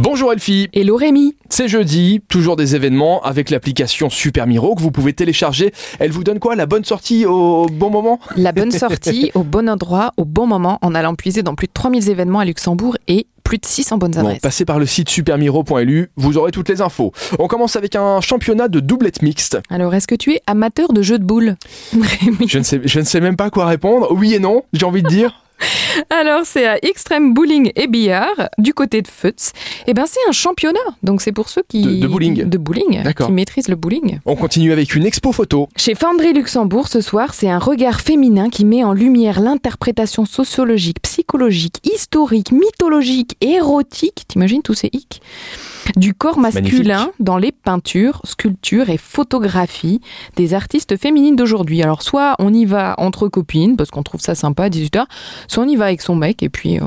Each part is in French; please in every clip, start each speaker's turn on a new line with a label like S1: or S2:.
S1: Bonjour Elfie,
S2: Hello Rémi
S1: c'est jeudi, toujours des événements avec l'application Super Miro que vous pouvez télécharger. Elle vous donne quoi La bonne sortie au bon moment
S2: La bonne sortie, au bon endroit, au bon moment, en allant puiser dans plus de 3000 événements à Luxembourg et plus de 600 bonnes
S1: Non,
S2: adresses.
S1: passez par le site supermiro.lu, vous aurez toutes les infos. On commence avec un championnat de doublette mixte.
S2: Alors, est-ce que tu es amateur de jeux de boules Rémi
S1: Je ne sais, je ne sais même pas quoi répondre. Oui et non, j'ai envie de dire.
S2: Alors, c'est à Extreme Bowling et Billard, du côté de Futz. Eh ben, c'est un championnat, donc c'est pour ceux qui...
S1: De- de bowling.
S2: De bowling,
S1: D'accord.
S2: qui maîtrisent le bowling.
S1: On continue avec une expo photo.
S2: Chez Fandry Luxembourg, ce soir, c'est un regard féminin qui met en lumière l'interprétation sociologique, psychologique, historique, mythologique, érotique, t'imagines tous ces hicks du corps masculin
S1: magnifique.
S2: dans les peintures, sculptures et photographies des artistes féminines d'aujourd'hui. Alors soit on y va entre copines parce qu'on trouve ça sympa à 18h, soit on y va avec son mec et puis euh,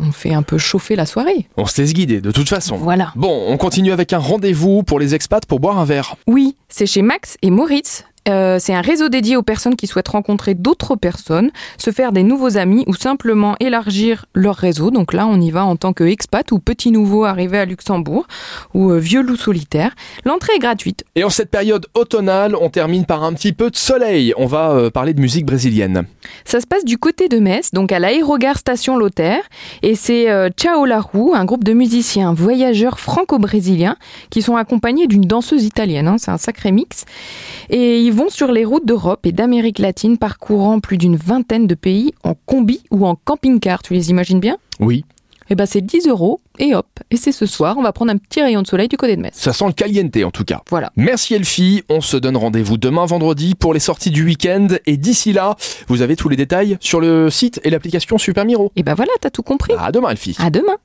S2: on fait un peu chauffer la soirée.
S1: On se laisse guider, de toute façon.
S2: Voilà.
S1: Bon, on continue avec un rendez-vous pour les expats pour boire un verre.
S2: Oui, c'est chez Max et Moritz. Euh, c'est un réseau dédié aux personnes qui souhaitent rencontrer d'autres personnes, se faire des nouveaux amis ou simplement élargir leur réseau. Donc là, on y va en tant que expat ou petit nouveau arrivé à Luxembourg ou euh, vieux loup solitaire. L'entrée est gratuite.
S1: Et en cette période automnale, on termine par un petit peu de soleil. On va euh, parler de musique brésilienne.
S2: Ça se passe du côté de Metz, donc à l'aérogare Station Lothaire. Et c'est euh, Ciao La Roue, un groupe de musiciens voyageurs franco-brésiliens qui sont accompagnés d'une danseuse italienne. hein, c'est un sacré mix. Et ils vont sur les routes d'Europe et d'Amérique latine, parcourant plus d'une vingtaine de pays en combi ou en camping-car. Tu les imagines bien
S1: Oui.
S2: Eh ben c'est 10 euros et hop. Et c'est ce soir, on va prendre un petit rayon de soleil du côté de Metz.
S1: Ça sent le caliente en tout cas.
S2: Voilà.
S1: Merci Elfie, on se donne rendez-vous demain vendredi pour les sorties du week-end et d'ici là, vous avez tous les détails sur le site et l'application Super Miro.
S2: Et Eh ben voilà, t'as tout compris.
S1: À demain Elfie.
S2: À demain